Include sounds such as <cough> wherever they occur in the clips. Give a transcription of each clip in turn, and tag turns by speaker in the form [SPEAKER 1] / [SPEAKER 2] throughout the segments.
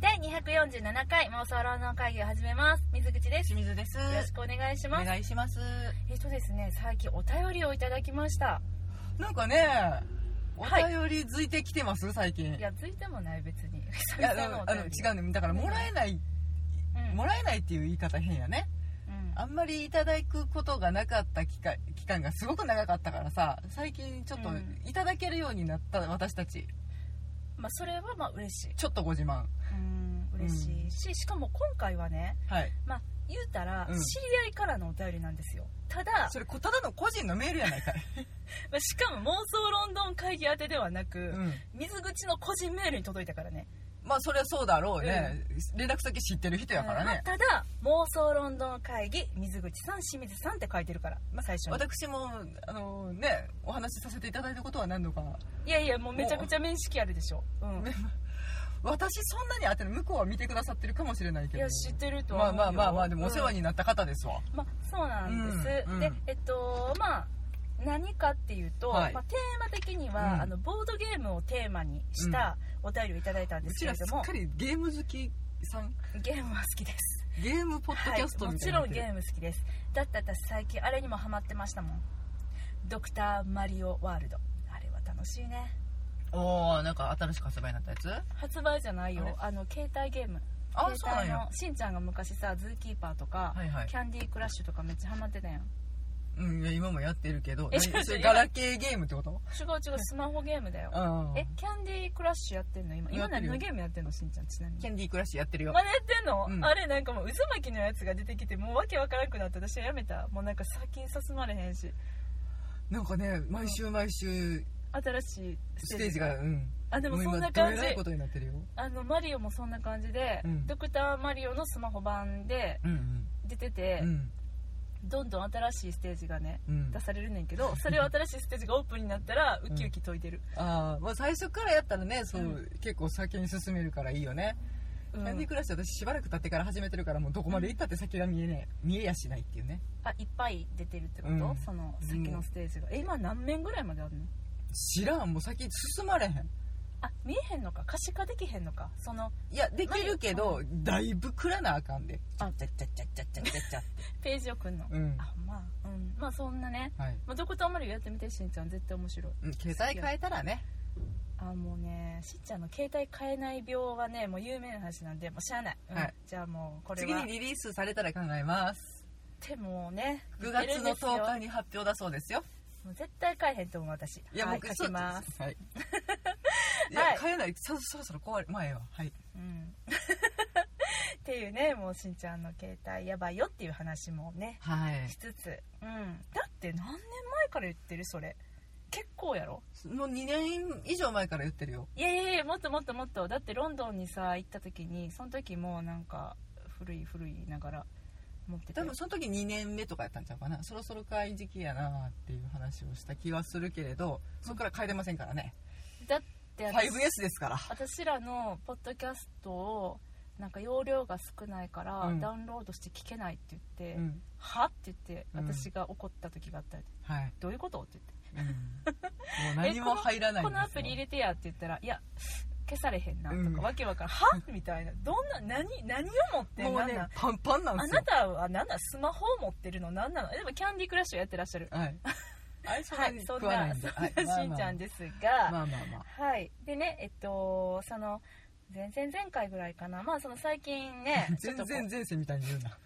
[SPEAKER 1] 247回妄想論論会議を始めます水口です
[SPEAKER 2] 清
[SPEAKER 1] よ
[SPEAKER 2] 水です。
[SPEAKER 1] ろしくお願いし
[SPEAKER 2] お
[SPEAKER 1] ます
[SPEAKER 2] 願いします。
[SPEAKER 1] えっとですね最近お便りをいただきました
[SPEAKER 2] なんかね、お便り付いてきてます、最近。
[SPEAKER 1] いやついてもない別に
[SPEAKER 2] い
[SPEAKER 1] 久 <laughs>
[SPEAKER 2] や
[SPEAKER 1] 々のお
[SPEAKER 2] あの
[SPEAKER 1] 便り
[SPEAKER 2] 違うね。だからもらえない、
[SPEAKER 1] うん
[SPEAKER 2] もらえないっていう言い方変やね。
[SPEAKER 1] うん
[SPEAKER 2] あんまりいただくことがなかった期間期間がすごく長かったからさ、最近ちょっと
[SPEAKER 1] うん
[SPEAKER 2] いただけるようになった私たち、
[SPEAKER 1] まあそれはまあ嬉しい
[SPEAKER 2] ちょっとご自慢。
[SPEAKER 1] うん嬉しいし、しかも今回はね
[SPEAKER 2] はい。
[SPEAKER 1] まあ言うたら、
[SPEAKER 2] うん
[SPEAKER 1] 知り合いからのお便りなんですよただ、
[SPEAKER 2] それ、こただの個人のメールやない <laughs> かい。
[SPEAKER 1] まあしかも妄想ロンドン会議宛てではなく、
[SPEAKER 2] うん。
[SPEAKER 1] 水口の個人メールに届いたからね
[SPEAKER 2] まあ、それはそうだろうね。連絡先知ってる人やから
[SPEAKER 1] う
[SPEAKER 2] ね
[SPEAKER 1] ん。ただ妄想ロンドン会議水口さん清水さんって書いてるから、
[SPEAKER 2] まあ
[SPEAKER 1] 最初に
[SPEAKER 2] 私もあのねお話しさせていただいたことは何度か
[SPEAKER 1] いやいやもうめちゃくちゃ面識あるでしょ、うん、
[SPEAKER 2] 私そんなに当てる向こうは見てくださってるかもしれない
[SPEAKER 1] い
[SPEAKER 2] けど
[SPEAKER 1] や知ってると
[SPEAKER 2] ま
[SPEAKER 1] は
[SPEAKER 2] あ
[SPEAKER 1] 思うよ
[SPEAKER 2] まあまあまあでもお世話
[SPEAKER 1] に、
[SPEAKER 2] になった方ですわ、
[SPEAKER 1] うんまあそうなんです、
[SPEAKER 2] うんうん
[SPEAKER 1] でえっとまあ何かっていうと、
[SPEAKER 2] はい
[SPEAKER 1] まあ、テーマ的には、
[SPEAKER 2] うん
[SPEAKER 1] あのボードゲームをテーマにしたお便りをいただいたん
[SPEAKER 2] う
[SPEAKER 1] です
[SPEAKER 2] ち
[SPEAKER 1] けれ
[SPEAKER 2] らす
[SPEAKER 1] ど
[SPEAKER 2] っ
[SPEAKER 1] も
[SPEAKER 2] か、りゲーム好きさん
[SPEAKER 1] ゲームは好きです
[SPEAKER 2] ゲームポッドキャスト
[SPEAKER 1] はい、も
[SPEAKER 2] みた
[SPEAKER 1] ち
[SPEAKER 2] いな
[SPEAKER 1] ろんゲーム好きですだって私最近あれにもハマってましたもんドクターマリオワールドあれは楽しいね
[SPEAKER 2] おおんか新しく発売になったやつ
[SPEAKER 1] 発売じゃない
[SPEAKER 2] あれ
[SPEAKER 1] よあの携帯ゲーム
[SPEAKER 2] あそう
[SPEAKER 1] 携
[SPEAKER 2] なん
[SPEAKER 1] 帯
[SPEAKER 2] や
[SPEAKER 1] のしんちゃんが昔さズーキーパーとか、
[SPEAKER 2] はいはい
[SPEAKER 1] キ、ャンディークラッシュとかめっちゃハマってたやん
[SPEAKER 2] うん、いや今もやってるけど
[SPEAKER 1] え
[SPEAKER 2] 何
[SPEAKER 1] ちょっと
[SPEAKER 2] それガラケーゲームってこと
[SPEAKER 1] 違う違うスマホゲームだよ
[SPEAKER 2] うん
[SPEAKER 1] えキャンディークラッシュやってんの今
[SPEAKER 2] や
[SPEAKER 1] 今
[SPEAKER 2] ってる
[SPEAKER 1] 何
[SPEAKER 2] よ
[SPEAKER 1] のゲームやってんのしんちゃんちなみ
[SPEAKER 2] キ
[SPEAKER 1] に
[SPEAKER 2] ャンディークラッシュやってるよ
[SPEAKER 1] まだやってんの、
[SPEAKER 2] うん
[SPEAKER 1] あれなんかもう渦巻きのやつが出てきてもうわけわからなくなって私はやめたもうなんか先進まれへんし
[SPEAKER 2] なんかね毎週毎週
[SPEAKER 1] 新しい
[SPEAKER 2] ステージがうん
[SPEAKER 1] あでも
[SPEAKER 2] う
[SPEAKER 1] そん
[SPEAKER 2] 今
[SPEAKER 1] な
[SPEAKER 2] ど
[SPEAKER 1] 感
[SPEAKER 2] え
[SPEAKER 1] じ
[SPEAKER 2] らいことになってるよ
[SPEAKER 1] あのマリオもそんな感じで、
[SPEAKER 2] うん
[SPEAKER 1] ドクターマリオのスマホ版で
[SPEAKER 2] うんうん
[SPEAKER 1] 出てて、
[SPEAKER 2] うん
[SPEAKER 1] どんどん新しいステージがね
[SPEAKER 2] うん
[SPEAKER 1] 出されるねんけどそれを新しいステージがオープンになったら
[SPEAKER 2] ん
[SPEAKER 1] ウキウキ解いてる、
[SPEAKER 2] あーまあ最初からやったらねそう、
[SPEAKER 1] うん
[SPEAKER 2] 結構先に進めるからいいよね、
[SPEAKER 1] うん
[SPEAKER 2] キャンディークラッシュ私しばらく経ってから始めてるからもうどこまで行ったって先が見えねえ見えやしないっていうね
[SPEAKER 1] あいっぱい出てるってこと、
[SPEAKER 2] うん
[SPEAKER 1] その先のステージが、え今何面ぐらいまであるの
[SPEAKER 2] 知らんもう先進まれへん
[SPEAKER 1] あ見えへんのか可視化できへんのかその
[SPEAKER 2] いやできるけどだいぶくらなあかんで
[SPEAKER 1] あ
[SPEAKER 2] ちゃちゃちゃちゃちゃちゃちゃって
[SPEAKER 1] ページをくんの、
[SPEAKER 2] うん
[SPEAKER 1] あまあうんまあそんなね、
[SPEAKER 2] はい、
[SPEAKER 1] まあ、どことあんまりやってみてしんちゃん絶対面白い
[SPEAKER 2] うん、携帯変えたらね
[SPEAKER 1] あもうねしんちゃんの携帯変えない病はねもう有名な話なんでもうしゃあない、うん
[SPEAKER 2] はい
[SPEAKER 1] じゃあもうこれは
[SPEAKER 2] 次にリリースされたら考えます
[SPEAKER 1] でもね
[SPEAKER 2] 9月
[SPEAKER 1] 似
[SPEAKER 2] の
[SPEAKER 1] てるん
[SPEAKER 2] 10
[SPEAKER 1] です
[SPEAKER 2] 日
[SPEAKER 1] よ
[SPEAKER 2] に発表だそうですよ
[SPEAKER 1] もう絶対変えへんと思う私
[SPEAKER 2] いや
[SPEAKER 1] はい、
[SPEAKER 2] 僕
[SPEAKER 1] 書きます
[SPEAKER 2] すはいいや
[SPEAKER 1] はい
[SPEAKER 2] 変えないそそろそろ壊れまあええわはい
[SPEAKER 1] <laughs> うん、っていうねもうしんちゃんの携帯やばいよっていう話もね
[SPEAKER 2] はい
[SPEAKER 1] しつつ、うん、だって何年前から言ってるそれ結構やろ
[SPEAKER 2] もう2年以上前から言ってるよ
[SPEAKER 1] いやいやいやもっともっともっとだってロンドンにさ行った時にその時もうなんか古い古い言いながら持ってて
[SPEAKER 2] 多分その時2年目とかやったんちゃうかなそろそろ買い時期やなっていう話をした気はするけれどそこから変えてませんからね
[SPEAKER 1] だって私
[SPEAKER 2] 5S ですから
[SPEAKER 1] 私らのポッドキャストをなんか容量が少ないから、
[SPEAKER 2] うん
[SPEAKER 1] ダウンロードして聞けないって言って、
[SPEAKER 2] うん
[SPEAKER 1] はって言って
[SPEAKER 2] うん
[SPEAKER 1] 私が怒った時があった、
[SPEAKER 2] はい、
[SPEAKER 1] どういうことって言って <laughs>
[SPEAKER 2] うんもう何も入らないん
[SPEAKER 1] こ
[SPEAKER 2] ですよ
[SPEAKER 1] のアプリ入れてやって言ったらいや消されへんなとか、
[SPEAKER 2] うん
[SPEAKER 1] わけわからんはみたいなどんな何何を持ってん
[SPEAKER 2] もう
[SPEAKER 1] なん
[SPEAKER 2] ね
[SPEAKER 1] なん
[SPEAKER 2] パンパンなんで
[SPEAKER 1] あ
[SPEAKER 2] す
[SPEAKER 1] な
[SPEAKER 2] よ
[SPEAKER 1] たは何なんスマホを持ってるの何なのでもキャンディークラッシュをやってらっしゃる
[SPEAKER 2] はいあれそん
[SPEAKER 1] は
[SPEAKER 2] ないに
[SPEAKER 1] そん
[SPEAKER 2] 食わ
[SPEAKER 1] な
[SPEAKER 2] な
[SPEAKER 1] い
[SPEAKER 2] んで、はい
[SPEAKER 1] そんな <laughs> しんちゃんですが、
[SPEAKER 2] まあまあまあまあ
[SPEAKER 1] はいでねえっとその前々前回ぐらいかなまあその最近ね
[SPEAKER 2] <laughs>
[SPEAKER 1] ちょっ
[SPEAKER 2] 全
[SPEAKER 1] とこう
[SPEAKER 2] 然前世みたいに言うな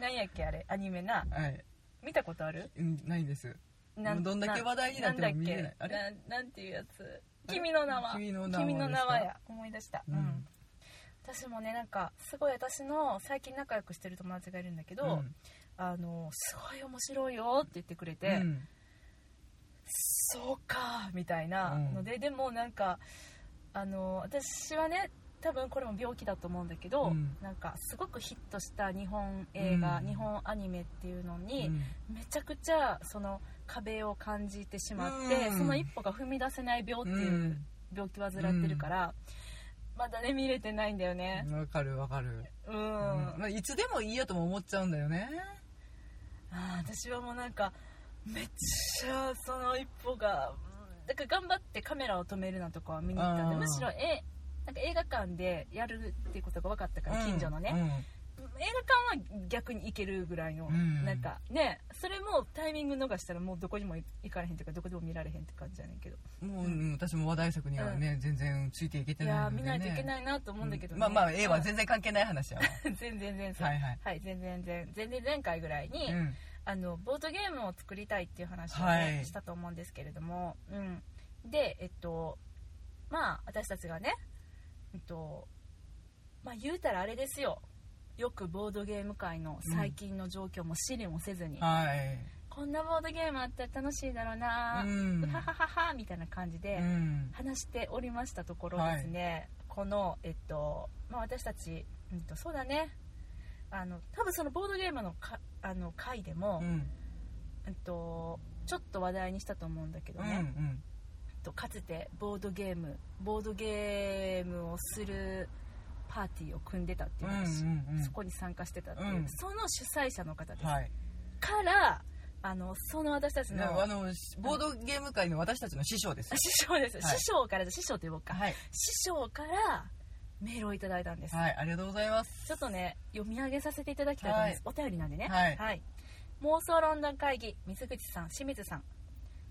[SPEAKER 1] 何やっけあれアニメな
[SPEAKER 2] はい、
[SPEAKER 1] 見たことある
[SPEAKER 2] うん、ないんです
[SPEAKER 1] な
[SPEAKER 2] どんだけ話題になっても見れない
[SPEAKER 1] なんだっけ
[SPEAKER 2] あ
[SPEAKER 1] ななんていうやつ君の名は
[SPEAKER 2] 君の名は
[SPEAKER 1] 君の名
[SPEAKER 2] で
[SPEAKER 1] は
[SPEAKER 2] すか
[SPEAKER 1] や思い出した、う
[SPEAKER 2] うんん
[SPEAKER 1] 私もねなんかすごい私の最近仲良くしてる友達がいるんだけど、
[SPEAKER 2] ん
[SPEAKER 1] あのすごい面白いよって言ってくれて、
[SPEAKER 2] うん
[SPEAKER 1] そうかみたいなので、でもなんかあの私はね多分これも病気だと思うんだけど、
[SPEAKER 2] うん
[SPEAKER 1] なんかすごくヒットした日本映画、
[SPEAKER 2] うん
[SPEAKER 1] 日本アニメっていうの
[SPEAKER 2] う
[SPEAKER 1] に、
[SPEAKER 2] ん
[SPEAKER 1] めちゃくちゃその壁を感じてしまって、
[SPEAKER 2] うん
[SPEAKER 1] その一歩が踏み出せない病って
[SPEAKER 2] う
[SPEAKER 1] いうん病気患ってるから、まだね見れてないんだよね
[SPEAKER 2] わかるわかる
[SPEAKER 1] うん、
[SPEAKER 2] うんまあ、いつでもいいやとも思っちゃうんだよね
[SPEAKER 1] あー私はもうなんかめっちゃその一歩がうんだから頑張ってカメラを止めるなとかは見に行ったんで
[SPEAKER 2] あー
[SPEAKER 1] むしろえなんか映画館でやるっていうことが分かったから、
[SPEAKER 2] うん
[SPEAKER 1] 近所のね、映画館は逆に行けるぐらいの、
[SPEAKER 2] うん
[SPEAKER 1] なんかねそれもタイミング逃したらもうどこにも行かれへんというかどこでも見られへんって感じやねんけど、
[SPEAKER 2] うんもううん私も話題作にはね、全然ついていけて
[SPEAKER 1] い
[SPEAKER 2] ない
[SPEAKER 1] や
[SPEAKER 2] の
[SPEAKER 1] ー
[SPEAKER 2] で、ね、
[SPEAKER 1] 見ないといけ
[SPEAKER 2] い
[SPEAKER 1] ないなと思うんだけど、ね
[SPEAKER 2] まあまあ絵は全然関係ない話やわ
[SPEAKER 1] <laughs> 全然全然
[SPEAKER 2] はいはい
[SPEAKER 1] はい全然全然全然前回ぐ <laughs> らいに、
[SPEAKER 2] うん
[SPEAKER 1] あのボードゲームを作りたいっていう話を、ね
[SPEAKER 2] はい
[SPEAKER 1] したと思うんですけれども、うん、でえっとまあ私たちがねえっとまあ言うたらあれですよよくボードゲーム界の最近の状況も知りもせずに、
[SPEAKER 2] はい
[SPEAKER 1] こんなボードゲームあったら楽しいだろうな
[SPEAKER 2] う
[SPEAKER 1] うんははははみたいな感じで
[SPEAKER 2] うん
[SPEAKER 1] 話しておりましたところですね、このえっと、まあ、私たち、うん、とそうだねあの多分そのボードゲームのかあの回でも、
[SPEAKER 2] うん
[SPEAKER 1] うんとちょっと話題にしたと思うんだけど
[SPEAKER 2] うんう
[SPEAKER 1] ね、
[SPEAKER 2] ん
[SPEAKER 1] とかつてボードゲームボードゲームをするパーティーを組んでたっていう
[SPEAKER 2] うん
[SPEAKER 1] 話、
[SPEAKER 2] うん
[SPEAKER 1] そこに参加してたっていう、
[SPEAKER 2] うん
[SPEAKER 1] その主催者の方です、
[SPEAKER 2] はい
[SPEAKER 1] からあのその私たち
[SPEAKER 2] で
[SPEAKER 1] の
[SPEAKER 2] もあのしボードゲーム界の私たちの師匠です
[SPEAKER 1] あ師匠です、
[SPEAKER 2] はい
[SPEAKER 1] 師匠からじゃあ師匠と呼ぼうか、
[SPEAKER 2] はい
[SPEAKER 1] 師匠からメールをいただいたんです、
[SPEAKER 2] はいありがとうございます
[SPEAKER 1] ちょっとね読み上げさせていただきたいと思います、お便りなんでね
[SPEAKER 2] はい
[SPEAKER 1] 妄想論壇会議水口さん清水さん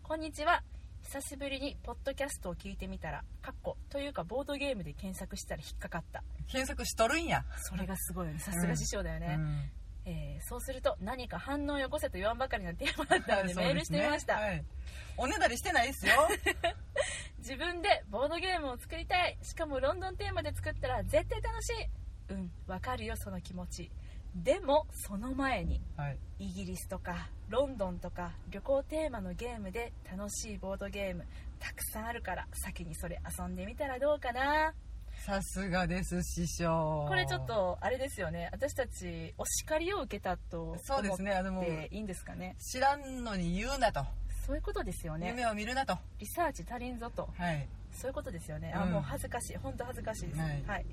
[SPEAKER 1] こんにちは久しぶりにポッドキャストを聞いてみたらかっこというかボードゲームで検索したら引っかかった
[SPEAKER 2] 検索しとるんや
[SPEAKER 1] それがすごいよねさすが師匠だよね、
[SPEAKER 2] うん
[SPEAKER 1] えーそうすると何か反応をよこせと言わんばかりなテーマだったので
[SPEAKER 2] <laughs> そう
[SPEAKER 1] メールし
[SPEAKER 2] です
[SPEAKER 1] て
[SPEAKER 2] ね
[SPEAKER 1] みました、
[SPEAKER 2] はいおねだりしてないですよ
[SPEAKER 1] 自分でボードゲームを作りたいしかもロンドンテーマで作ったら絶対楽しいうんわかるよその気持ちでもその前に
[SPEAKER 2] はい
[SPEAKER 1] イギリスとかロンドンとか旅行テーマのゲームで楽しいボードゲームたくさんあるから先にそれ遊んでみたらどうかな
[SPEAKER 2] さすがです師匠
[SPEAKER 1] これちょっとあれですよね私たちお叱りを受けたと
[SPEAKER 2] そう
[SPEAKER 1] 思
[SPEAKER 2] で
[SPEAKER 1] っ
[SPEAKER 2] すねあのもう
[SPEAKER 1] ていいんですかね
[SPEAKER 2] 知らんのに言うなと、
[SPEAKER 1] そういうことですよね
[SPEAKER 2] 夢を見るなと
[SPEAKER 1] リサーチ足りんぞと
[SPEAKER 2] はい
[SPEAKER 1] そういうことですよね、あ
[SPEAKER 2] うん
[SPEAKER 1] もう恥ずかしい本当恥ずかしいです、は
[SPEAKER 2] はいい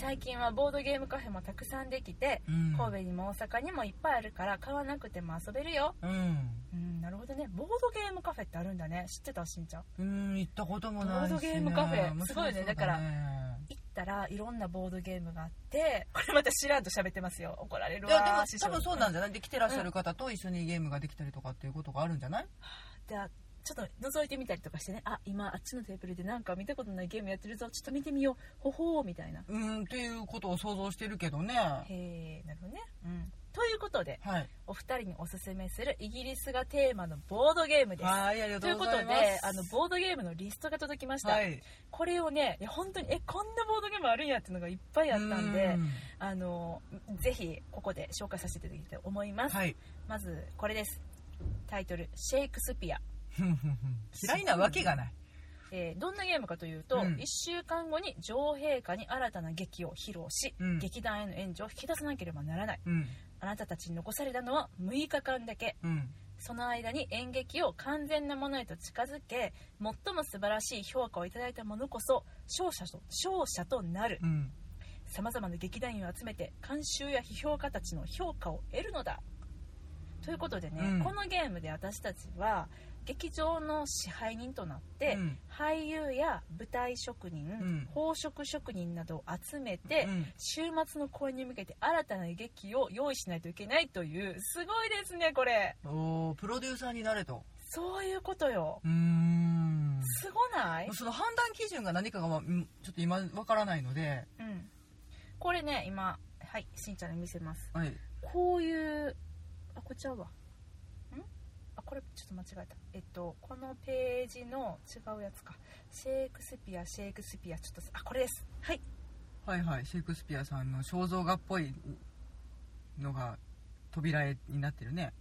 [SPEAKER 1] 最近はボードゲームカフェもたくさんできて
[SPEAKER 2] うん
[SPEAKER 1] 神戸にも大阪にもいっぱいあるから買わなくても遊べるよ
[SPEAKER 2] うん
[SPEAKER 1] うんなるほどねボードゲームカフェってあるんだね知ってたしんちゃん
[SPEAKER 2] うん行ったこともないし
[SPEAKER 1] ボ
[SPEAKER 2] な
[SPEAKER 1] ードゲームカフェ
[SPEAKER 2] 面白
[SPEAKER 1] すごいね
[SPEAKER 2] そう
[SPEAKER 1] だから
[SPEAKER 2] ね
[SPEAKER 1] 行ったらいろんなボードゲームがあってこれまた知らんと喋ってますよ怒られる
[SPEAKER 2] い
[SPEAKER 1] わ
[SPEAKER 2] やでも
[SPEAKER 1] 師匠
[SPEAKER 2] 多分そうなんじゃないで来てらっしゃる方と一緒にゲームができたりとかっていうことがあるんじゃない
[SPEAKER 1] じゃあちょっと覗いてみたりとかしてねあ今あっちのテーブルでなんか見たことないゲームやってるぞちょっと見てみようほほーみたいな
[SPEAKER 2] うんっていうことを想像してるけどね
[SPEAKER 1] へえなるほどねうんということで
[SPEAKER 2] はい
[SPEAKER 1] お二人におすすめするイギリスがテーマのボードゲームです
[SPEAKER 2] はいありが
[SPEAKER 1] と
[SPEAKER 2] と
[SPEAKER 1] いううこ
[SPEAKER 2] ご
[SPEAKER 1] と
[SPEAKER 2] ざ
[SPEAKER 1] で
[SPEAKER 2] います
[SPEAKER 1] あのボードゲームのリストが届きました、
[SPEAKER 2] はい
[SPEAKER 1] これをねいや本当にえこんなボードゲームあるんやっていうのがいっぱいあったんで
[SPEAKER 2] うん
[SPEAKER 1] あのぜひここで紹介させていただきたいと思います、
[SPEAKER 2] はい <laughs>
[SPEAKER 1] まずこれですタイトル「シェイクスピア
[SPEAKER 2] ふんふんふん嫌いなわけがない」
[SPEAKER 1] えーどんなゲームかというと、
[SPEAKER 2] うん
[SPEAKER 1] 1週間後に女王陛下に新たな劇を披露し、
[SPEAKER 2] うん
[SPEAKER 1] 劇団への援助を引き出さなければならない
[SPEAKER 2] うん
[SPEAKER 1] あなたたちに残されたのは6日間だけ
[SPEAKER 2] うん
[SPEAKER 1] その間に演劇を完全なものへと近づけ最も素晴らしい評価をいただいた者こそ勝者と勝者となる
[SPEAKER 2] うん
[SPEAKER 1] さまざまな劇団員を集めて監修や批評家たちの評価を得るのだということでね、
[SPEAKER 2] うん
[SPEAKER 1] このゲームで私たちは劇場の支配人となって、
[SPEAKER 2] うん
[SPEAKER 1] 俳優や舞台職人、
[SPEAKER 2] ん
[SPEAKER 1] 宝飾職人などを集めて、
[SPEAKER 2] うん
[SPEAKER 1] 週末の公演に向けて新たな劇を用意しないといけないというすごいですねこれ
[SPEAKER 2] おープロデューサーになれと
[SPEAKER 1] そういうことよ
[SPEAKER 2] うーん
[SPEAKER 1] すごない、
[SPEAKER 2] その判断基準が何かがまうんちょっと今わからないので、
[SPEAKER 1] うん、これね今はいしんちゃんに見せます
[SPEAKER 2] はい、
[SPEAKER 1] こういうあこっちゃうわんあこれちょっと間違えたえっとこのページの違うやつかシェイクスピアシェイクスピアちょっとあこれですはい
[SPEAKER 2] はいはいシェイクスピアさんの肖像画っぽいのが扉絵になってるね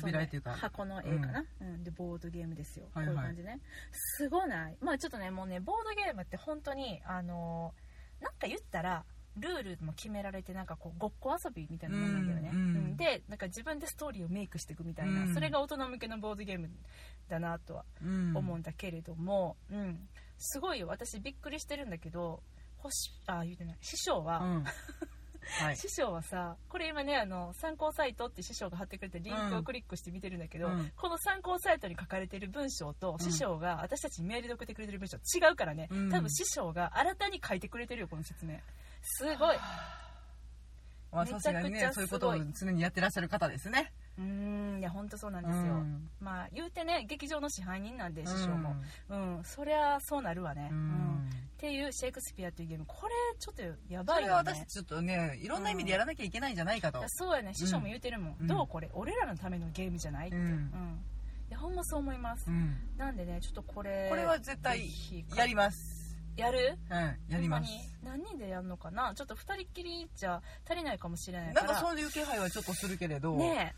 [SPEAKER 2] 扉絵っていうか
[SPEAKER 1] そね箱の絵かな、うんでボードゲームですよ、
[SPEAKER 2] はいはい
[SPEAKER 1] こういう感じねすごないまあちょっとねもうねボードゲームって本当にあのーなんか言ったらルールも決められてなんかこうごっこ遊びみたいなもんなんだよね、
[SPEAKER 2] うんうん
[SPEAKER 1] うんでなんか自分でストーリーをメイクしていくみたいな、
[SPEAKER 2] うん
[SPEAKER 1] それが大人向けのボードゲームだなとは
[SPEAKER 2] うん
[SPEAKER 1] 思うんだけれども、うんすごいよ私びっくりしてるんだけど星あ言うてない師匠は、
[SPEAKER 2] うんはい
[SPEAKER 1] 師匠はさこれ今ねあの参考サイトって師匠が貼ってくれてリンクをクリックして見てるんだけど、
[SPEAKER 2] うん
[SPEAKER 1] この参考サイトに書かれてる文章と、
[SPEAKER 2] うん
[SPEAKER 1] 師匠が私たちにメールで送ってくれてる文章違うからね、
[SPEAKER 2] うん
[SPEAKER 1] 多分師匠が新たに書いてくれてるよこの説明すごい
[SPEAKER 2] まあさすがに
[SPEAKER 1] めちゃくちゃ
[SPEAKER 2] ねそういうことを
[SPEAKER 1] すご
[SPEAKER 2] 常にやってらっしゃる方ですね
[SPEAKER 1] うーんいや本当そうなんですよ、
[SPEAKER 2] うん
[SPEAKER 1] まあ言うてね劇場の支配人なんで師匠
[SPEAKER 2] うん
[SPEAKER 1] もうん、そりゃそうなるわね、
[SPEAKER 2] う
[SPEAKER 1] うん
[SPEAKER 2] ん
[SPEAKER 1] っていうシェイクスピアっていうゲームこれちょっとや
[SPEAKER 2] そ
[SPEAKER 1] ばい
[SPEAKER 2] れは
[SPEAKER 1] よね
[SPEAKER 2] 私ちょっとねいろんな意味でやらなきゃいけないんじゃないかと、
[SPEAKER 1] いやそうやね師匠も言うてるもん、
[SPEAKER 2] うん
[SPEAKER 1] どうこれ俺らのためのゲームじゃないって、う
[SPEAKER 2] うんん
[SPEAKER 1] いやほんまそう思います、
[SPEAKER 2] うん
[SPEAKER 1] なんでねちょっとこれ
[SPEAKER 2] これは絶対
[SPEAKER 1] ぜひ
[SPEAKER 2] やります
[SPEAKER 1] やる
[SPEAKER 2] うんやります
[SPEAKER 1] ほんまに何人でやるのかなちょっと2人っきりじゃ足りないかもしれないか
[SPEAKER 2] な
[SPEAKER 1] ら
[SPEAKER 2] んかそういう気配はちょっとするけれど、
[SPEAKER 1] ね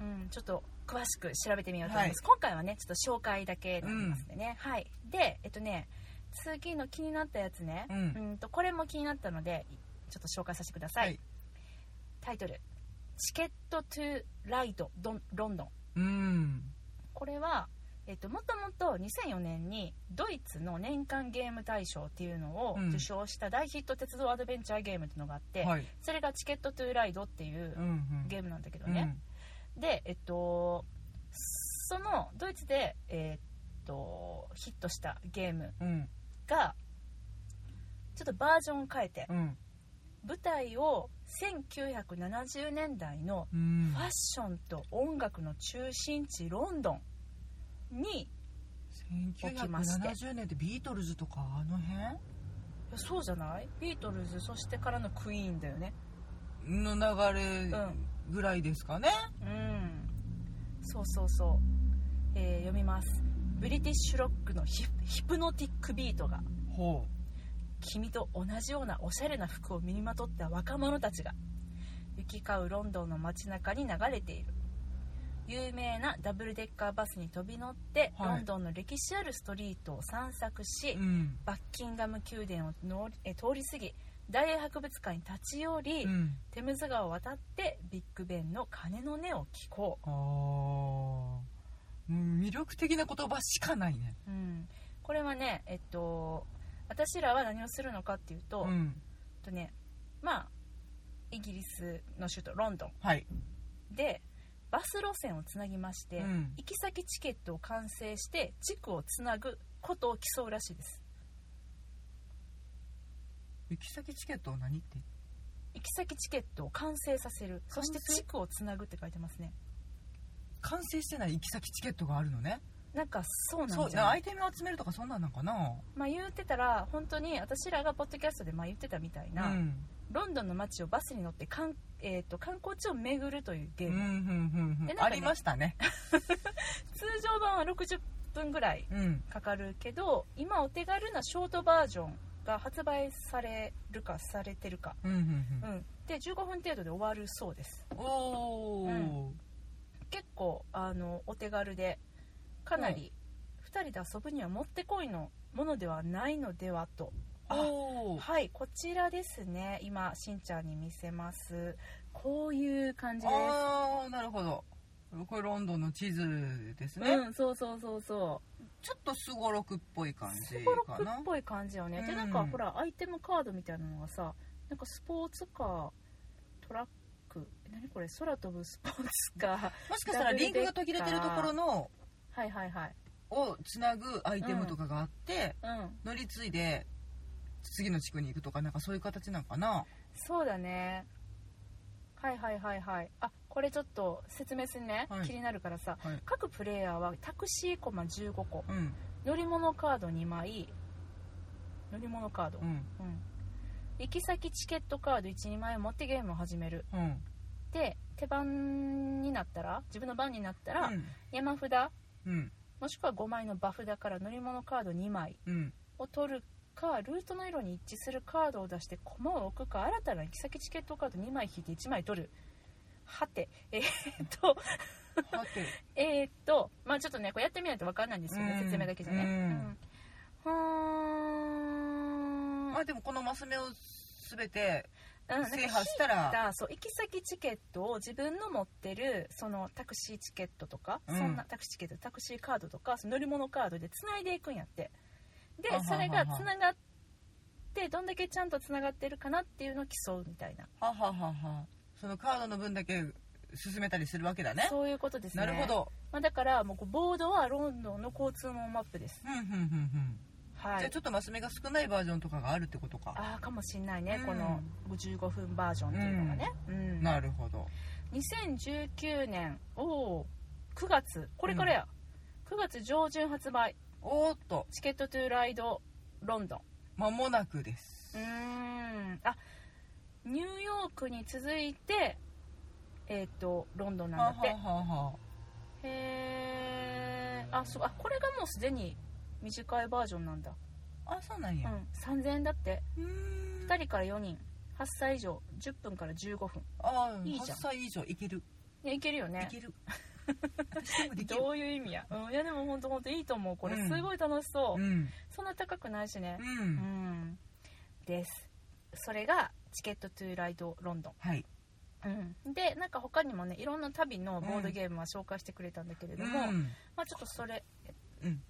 [SPEAKER 1] え、うん、ちょっと詳しく調べてみようと思います、今回はねちょっと紹介だけになりますんでね、はいでえっとね次の気になったやつね、
[SPEAKER 2] うん
[SPEAKER 1] とこれも気になったのでちょっと紹介させてください、
[SPEAKER 2] はい
[SPEAKER 1] タイトル「チケット・トゥ・ライド・ドンロンドン
[SPEAKER 2] うん」
[SPEAKER 1] これはえっともともと2004年にドイツの年間ゲーム大賞っていうのを
[SPEAKER 2] うん
[SPEAKER 1] 受賞した大ヒット鉄道アドベンチャーゲームっていうのがあって、
[SPEAKER 2] はい
[SPEAKER 1] それが「チケット・トゥ・ライド」ってい
[SPEAKER 2] うん
[SPEAKER 1] う
[SPEAKER 2] うん
[SPEAKER 1] ゲームなんだけどね、でえっとそのドイツで、えっとヒットしたゲーム
[SPEAKER 2] うん
[SPEAKER 1] がちょっとバージョンを変えて
[SPEAKER 2] うん
[SPEAKER 1] 舞台を1970年代の
[SPEAKER 2] うん
[SPEAKER 1] ファッションと音楽の中心地ロンドンに起きまして
[SPEAKER 2] 1970年ってビートルズとかあの
[SPEAKER 1] いやそうじゃないビートルズそしてからのクイーンだよね
[SPEAKER 2] 辺の流れ
[SPEAKER 1] ん
[SPEAKER 2] ぐらいですかね、
[SPEAKER 1] うんそうそうそう、えー読みますブリティッシュロックのヒヒプノティックビートが
[SPEAKER 2] ほ
[SPEAKER 1] 君と同じようなおしゃれな服を身にまとった若者たちが行き交うロンドンの街中に流れている有名なダブルデッカーバスに飛び乗って、
[SPEAKER 2] はい
[SPEAKER 1] ロンドンの歴史あるストリートを散策し、
[SPEAKER 2] ううん
[SPEAKER 1] バッキンガム宮殿をのりえ通り過ぎ大英博物館に立ち寄り、
[SPEAKER 2] うん
[SPEAKER 1] テムズ川を渡ってビッグベンの鐘の音を聞こ
[SPEAKER 2] あーうん魅力的な言葉しかないね
[SPEAKER 1] う、うん、これはねえっと私らは何をするのかっていうと、
[SPEAKER 2] うん
[SPEAKER 1] えっとねまあイギリスの首都ロンドン
[SPEAKER 2] はい
[SPEAKER 1] でバス路線をつなぎまして、
[SPEAKER 2] うん
[SPEAKER 1] 行き先チケットを完成して地区をつなぐことを競うらしいです
[SPEAKER 2] 行き先チケットを何って
[SPEAKER 1] 行き先チケットを完成させるそして
[SPEAKER 2] 完成
[SPEAKER 1] 地区をつなぐって書いてますね
[SPEAKER 2] 完成してない行き先チケットがあるのね
[SPEAKER 1] なんかそうな
[SPEAKER 2] そ
[SPEAKER 1] ん
[SPEAKER 2] う
[SPEAKER 1] じゃな
[SPEAKER 2] ア
[SPEAKER 1] い
[SPEAKER 2] イテムを集めるとかそんなんなんかな
[SPEAKER 1] まあ言ってたら本当に私らがポッドキャストでまあ言ってたみたいな、
[SPEAKER 2] うん
[SPEAKER 1] ロンドンの街をバスに乗ってかん、えー、と観光地を巡るというゲ
[SPEAKER 2] う
[SPEAKER 1] ー
[SPEAKER 2] んうん
[SPEAKER 1] ム、
[SPEAKER 2] うん
[SPEAKER 1] でなんかね
[SPEAKER 2] うんありましたね
[SPEAKER 1] 通常版は60分ぐらい
[SPEAKER 2] うん
[SPEAKER 1] かかるけど今お手軽なショートバージョンが発売されるかされてるか、
[SPEAKER 2] うんうん
[SPEAKER 1] うん、で15分程度で終わるそうです
[SPEAKER 2] うんおお
[SPEAKER 1] 結構あのお手軽でかなり2人で遊ぶにはもってこいのものではないのではとあ
[SPEAKER 2] おー
[SPEAKER 1] はいこちらですね今しんちゃんに見せますこういう感じで
[SPEAKER 2] ああなるほどこれロンドンの地図です
[SPEAKER 1] す
[SPEAKER 2] ね、
[SPEAKER 1] うんそうそうそうそう
[SPEAKER 2] ちょっとすごろくっぽい感じ
[SPEAKER 1] スゴロク
[SPEAKER 2] か
[SPEAKER 1] っ
[SPEAKER 2] な
[SPEAKER 1] ぽい感じよね、でなん
[SPEAKER 2] う
[SPEAKER 1] か
[SPEAKER 2] ん
[SPEAKER 1] ほらアイテムカードみたいなのがさなんかスポーツカートラックえ何これ空飛ぶスポーツカ
[SPEAKER 2] <laughs>
[SPEAKER 1] ー
[SPEAKER 2] もしかしたらリンクが途切れてるところの
[SPEAKER 1] はいはいはい
[SPEAKER 2] をつなぐアイテムとかがあって、
[SPEAKER 1] うん
[SPEAKER 2] 乗り継いで次の地区に行くとかなんかそういう形なんかな
[SPEAKER 1] そうだねはいはいはいはいあこれちょっと説明するね、
[SPEAKER 2] はい
[SPEAKER 1] 気になるからさ、
[SPEAKER 2] はい
[SPEAKER 1] 各プレイヤーはタクシーコマ15個
[SPEAKER 2] うん
[SPEAKER 1] 乗り物カード2枚乗り物カード、
[SPEAKER 2] う
[SPEAKER 1] うん
[SPEAKER 2] ん
[SPEAKER 1] 行き先チケットカード12枚を持ってゲームを始める
[SPEAKER 2] うん
[SPEAKER 1] で手番になったら自分の番になったら、
[SPEAKER 2] うん
[SPEAKER 1] 山札
[SPEAKER 2] うん
[SPEAKER 1] もしくは5枚の場札から乗り物カード2枚
[SPEAKER 2] うん
[SPEAKER 1] を取るかルートの色に一致するカードを出して駒を置くか新たな行き先チケットカード2枚引いて1枚取るはてえーっと <laughs>
[SPEAKER 2] はて
[SPEAKER 1] えーっとまあちょっとねこれやってみないと分かんないんですけど、ね
[SPEAKER 2] うん
[SPEAKER 1] 説明だけじゃねうんはーん
[SPEAKER 2] まあでもこのマス目を全て
[SPEAKER 1] うんなんか
[SPEAKER 2] 制覇したら
[SPEAKER 1] だそう行き先チケットを自分の持ってるそのタクシーチケットとか、
[SPEAKER 2] うん
[SPEAKER 1] そんなタクシーチケットタクシーカードとかその乗り物カードでつないでいくんやってで
[SPEAKER 2] はははは
[SPEAKER 1] それがつながっってどんだけちゃんとつながってるかなっていうのを競うみたいな、
[SPEAKER 2] ははははそのカードの分だけ進めたりするわけだね
[SPEAKER 1] そういうことですね
[SPEAKER 2] なるほ、ど
[SPEAKER 1] まあ、だからもうこうボードはロンドンの交通網マップです
[SPEAKER 2] ふんふんふんふん
[SPEAKER 1] は
[SPEAKER 2] じゃあ
[SPEAKER 1] い
[SPEAKER 2] ちょっとマス目が少ないバージョンとかがあるってことか
[SPEAKER 1] ああかもしんないね、
[SPEAKER 2] うん
[SPEAKER 1] この55分バージョンっていうのがね、うん
[SPEAKER 2] なるほど
[SPEAKER 1] 2019年おお9月これからや、9月上旬発売
[SPEAKER 2] おーっと
[SPEAKER 1] チケットトゥーライドロンドン
[SPEAKER 2] 間もなくです
[SPEAKER 1] うーんあニューヨークに続いてえっ、とロンドン
[SPEAKER 2] は
[SPEAKER 1] な
[SPEAKER 2] あ
[SPEAKER 1] んだって
[SPEAKER 2] はあはあはあ
[SPEAKER 1] へえあそうあこれがもうすでに短いバージョンなんだ
[SPEAKER 2] あそうなん
[SPEAKER 1] う
[SPEAKER 2] や
[SPEAKER 1] ん3000円だって
[SPEAKER 2] うーん
[SPEAKER 1] 2人から4人8歳以上10分から15分
[SPEAKER 2] ああ
[SPEAKER 1] いいじゃ
[SPEAKER 2] 8
[SPEAKER 1] ん
[SPEAKER 2] 歳以上いける
[SPEAKER 1] いやいけるよ
[SPEAKER 2] い
[SPEAKER 1] ね <laughs>
[SPEAKER 2] ける私でもできる
[SPEAKER 1] どういう意味や、うん、いやでも本当本当いいと思うこれ
[SPEAKER 2] うん
[SPEAKER 1] すごい楽しそう、
[SPEAKER 2] うん
[SPEAKER 1] そんな高くないしね
[SPEAKER 2] う
[SPEAKER 1] うんんですそれがチケットトゥーライドロンドン
[SPEAKER 2] はい
[SPEAKER 1] うん、でなんか他にもねいろんな旅のボードゲームは紹介してくれたんだけれども、
[SPEAKER 2] うん
[SPEAKER 1] まあちょっとそれ
[SPEAKER 2] うん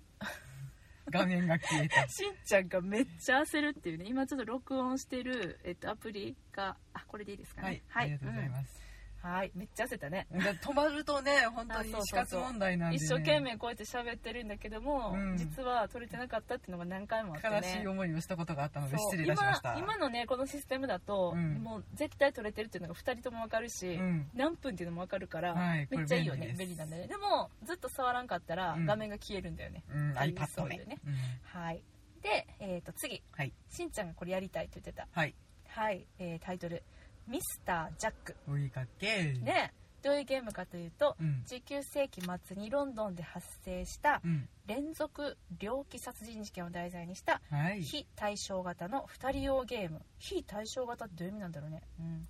[SPEAKER 2] 画面が消
[SPEAKER 1] <laughs>
[SPEAKER 2] えた
[SPEAKER 1] しんちゃんがめっちゃ焦るっていうね今ちょっと録音してる、えっと、アプリがあこれでいいですか
[SPEAKER 2] はい
[SPEAKER 1] ね
[SPEAKER 2] ありがとうござい
[SPEAKER 1] す、
[SPEAKER 2] ます
[SPEAKER 1] うんはいめっちゃ焦ったね
[SPEAKER 2] だから止まるとね本当に
[SPEAKER 1] あそう
[SPEAKER 2] 死
[SPEAKER 1] そう
[SPEAKER 2] 活
[SPEAKER 1] そう
[SPEAKER 2] 問題なんでね
[SPEAKER 1] 一生懸命こうやって喋ってるんだけども、
[SPEAKER 2] うん
[SPEAKER 1] 実は撮れてなかったっていうのが何回もあって
[SPEAKER 2] 悲
[SPEAKER 1] ね
[SPEAKER 2] しい思いをしたことがあったので
[SPEAKER 1] そう
[SPEAKER 2] 失礼いたしました
[SPEAKER 1] 今今のねこのシステムだと、
[SPEAKER 2] うん
[SPEAKER 1] もう絶対撮れてるっていうのが2人とも分かるし、
[SPEAKER 2] うん
[SPEAKER 1] 何分っていうのも分かるから、
[SPEAKER 2] はい
[SPEAKER 1] めっちゃいいよ
[SPEAKER 2] これ便利
[SPEAKER 1] ね
[SPEAKER 2] です
[SPEAKER 1] 便利なんだねでもずっと触らんかったら
[SPEAKER 2] うん
[SPEAKER 1] 画面が消えるんだよね、
[SPEAKER 2] うん
[SPEAKER 1] ありそ
[SPEAKER 2] iPad
[SPEAKER 1] う
[SPEAKER 2] ね
[SPEAKER 1] でね
[SPEAKER 2] うん
[SPEAKER 1] はいで、えー、と次
[SPEAKER 2] はい
[SPEAKER 1] しんちゃんがこれやりたいって言ってた
[SPEAKER 2] はい
[SPEAKER 1] はい、えータイトル「ミスター・ジャック
[SPEAKER 2] 追いかけ」
[SPEAKER 1] ねどういうゲームかというと
[SPEAKER 2] うん
[SPEAKER 1] 19世紀末にロンドンで発生した
[SPEAKER 2] うん
[SPEAKER 1] 連続猟奇殺人事件を題材にした
[SPEAKER 2] はい
[SPEAKER 1] 非対称型の2人用ゲーム非対称型ってどういう意味なんだろうね、うん、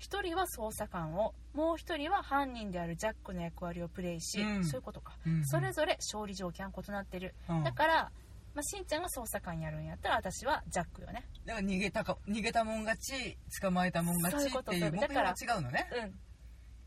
[SPEAKER 1] 1人は捜査官をもう1人は犯人であるジャックの役割をプレイし、
[SPEAKER 2] うん
[SPEAKER 1] そういうことか、
[SPEAKER 2] うん
[SPEAKER 1] それぞれ勝利条件は異なってる、
[SPEAKER 2] うん
[SPEAKER 1] だから、まあ、しんちゃんが捜査官やるんやったら私はジャックよね
[SPEAKER 2] だから逃げたか逃げたもん勝ち捕まえたもん勝ちっていう目標が違うのね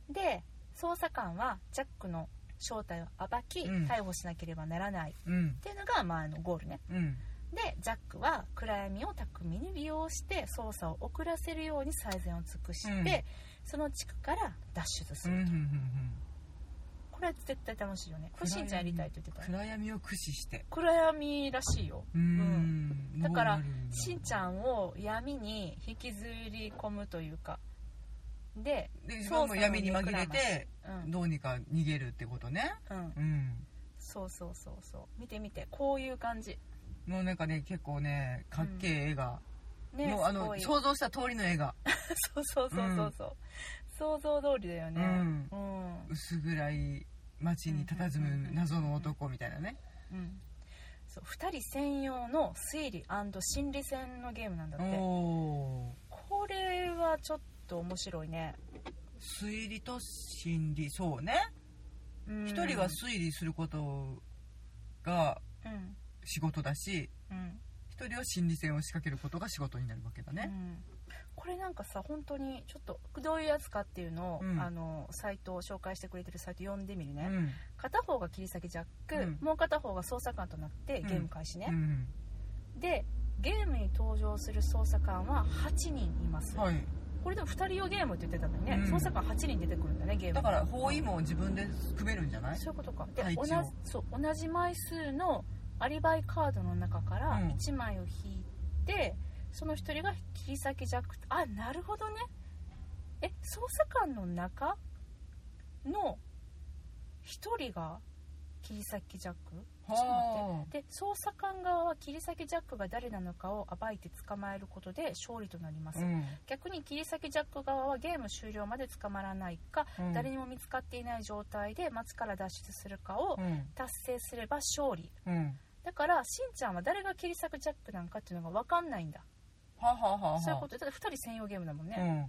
[SPEAKER 1] うんで捜査官はジャックの正体を暴き、
[SPEAKER 2] うん
[SPEAKER 1] 逮捕しなければならないっ
[SPEAKER 2] うん
[SPEAKER 1] ていうのが、まあ、あのゴールね
[SPEAKER 2] うん
[SPEAKER 1] でジャックは暗闇を巧みに利用して捜査を遅らせるように最善を尽くして、
[SPEAKER 2] うん
[SPEAKER 1] その地区から脱出す
[SPEAKER 2] うんう
[SPEAKER 1] る、
[SPEAKER 2] んうんうん
[SPEAKER 1] これは絶対楽しいよねこれしんちゃんやりたいって言ってたよ
[SPEAKER 2] 暗闇を駆使して
[SPEAKER 1] 暗闇らしいよ
[SPEAKER 2] うーん
[SPEAKER 1] だから
[SPEAKER 2] どうなるんだ
[SPEAKER 1] しんちゃんを闇に引きずり込むというかで、
[SPEAKER 2] で自分も闇に紛れて
[SPEAKER 1] うん
[SPEAKER 2] どうにか逃げるってことね
[SPEAKER 1] うん、
[SPEAKER 2] うん
[SPEAKER 1] そうそうそうそう見て見てこういう感じ
[SPEAKER 2] もうなんかね結構ねかっけえ絵が、
[SPEAKER 1] ね
[SPEAKER 2] もうあ
[SPEAKER 1] す
[SPEAKER 2] の
[SPEAKER 1] ごいそう
[SPEAKER 2] 想像した通りの絵が
[SPEAKER 1] そうそうそうそう、想像通りだよね
[SPEAKER 2] うん
[SPEAKER 1] うん
[SPEAKER 2] 薄暗い街に佇む謎の男みたいなね
[SPEAKER 1] うん、そう2人専用の推理心理戦のゲームなんだっ
[SPEAKER 2] お
[SPEAKER 1] て
[SPEAKER 2] お
[SPEAKER 1] これはちょっと面白いね
[SPEAKER 2] ー推理と心理そうね
[SPEAKER 1] 一
[SPEAKER 2] 一人は推理することが
[SPEAKER 1] うん
[SPEAKER 2] 仕事だし
[SPEAKER 1] うん、
[SPEAKER 2] 一人は心理戦を仕掛けることが仕事になるわけだ
[SPEAKER 1] う
[SPEAKER 2] ね
[SPEAKER 1] ん、これなんかさ本当にちょっとどういうやつかっていうのを、
[SPEAKER 2] うん
[SPEAKER 1] あのサイトを紹介してくれてるサイト読んでみる
[SPEAKER 2] う
[SPEAKER 1] ね、
[SPEAKER 2] ん
[SPEAKER 1] 片方が切り裂きジャック、
[SPEAKER 2] うん
[SPEAKER 1] もう片方が捜査官となってゲーム開始
[SPEAKER 2] う
[SPEAKER 1] ね、
[SPEAKER 2] ん
[SPEAKER 1] でゲームに登場する捜査官は8人います、
[SPEAKER 2] はい
[SPEAKER 1] これでも2人用ゲームって言ってたのにね、
[SPEAKER 2] うん
[SPEAKER 1] 捜査官8人出てくるんだねゲーム
[SPEAKER 2] だから包囲網を自分で組めるんじゃない
[SPEAKER 1] そういうことかで
[SPEAKER 2] 配置
[SPEAKER 1] 同
[SPEAKER 2] を
[SPEAKER 1] じそう同じ枚数のアリバイカードの中から
[SPEAKER 2] うん
[SPEAKER 1] 1枚を引いて、その1人が切り裂きジャックあなるほどねえ捜査官の中の1人が切り裂きジャックちょっと待
[SPEAKER 2] はあ
[SPEAKER 1] ってで捜査官側は切り裂きジャックが誰なのかを暴いて捕まえることで勝利となります、
[SPEAKER 2] うん
[SPEAKER 1] 逆に切り裂きジャック側はゲーム終了まで捕まらないか、
[SPEAKER 2] うん
[SPEAKER 1] 誰にも見つかっていない状態で街から脱出するかを
[SPEAKER 2] うん
[SPEAKER 1] 達成すれば勝利
[SPEAKER 2] うん
[SPEAKER 1] だからしんちゃんは誰が切り裂くジャックなんかっていうのが分かんないんだ
[SPEAKER 2] はあはあはあは
[SPEAKER 1] そういうことだって2人専用ゲームだもん
[SPEAKER 2] う
[SPEAKER 1] ね、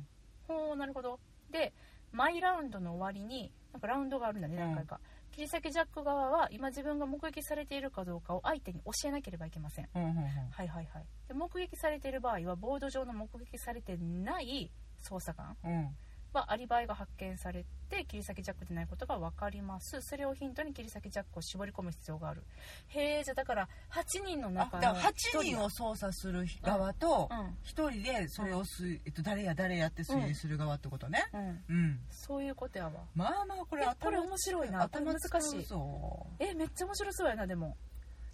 [SPEAKER 2] ん
[SPEAKER 1] ほうなるほどでマイラウンドの終わりになんかラウンドがあるんだね
[SPEAKER 2] うん
[SPEAKER 1] 何回か、切り裂きジャック側は今自分が目撃されているかどうかを相手に教えなければいけません
[SPEAKER 2] うんうんうん
[SPEAKER 1] はいはいはいで目撃されている場合はボード上の目撃されてない捜査官
[SPEAKER 2] うん
[SPEAKER 1] はアリバイが発見されて切り裂きジャックでないことが分かりますそれをヒントに切り裂きジャックを絞り込む必要があるへえじゃあだから8人の
[SPEAKER 2] あ
[SPEAKER 1] 中
[SPEAKER 2] だ
[SPEAKER 1] の
[SPEAKER 2] から8
[SPEAKER 1] 1
[SPEAKER 2] 人
[SPEAKER 1] や
[SPEAKER 2] を操作する側と
[SPEAKER 1] う
[SPEAKER 2] 1人でそれをす、えっと、誰や誰やって推理する側ってことね
[SPEAKER 1] ん、うん、
[SPEAKER 2] うん、
[SPEAKER 1] そういうことやわ
[SPEAKER 2] まあまあこれ
[SPEAKER 1] いやこれ
[SPEAKER 2] 頭
[SPEAKER 1] 面白いなこれ
[SPEAKER 2] 頭
[SPEAKER 1] 難
[SPEAKER 2] 使
[SPEAKER 1] し
[SPEAKER 2] う
[SPEAKER 1] い
[SPEAKER 2] ぞ
[SPEAKER 1] えめっちゃ面白そうやなでも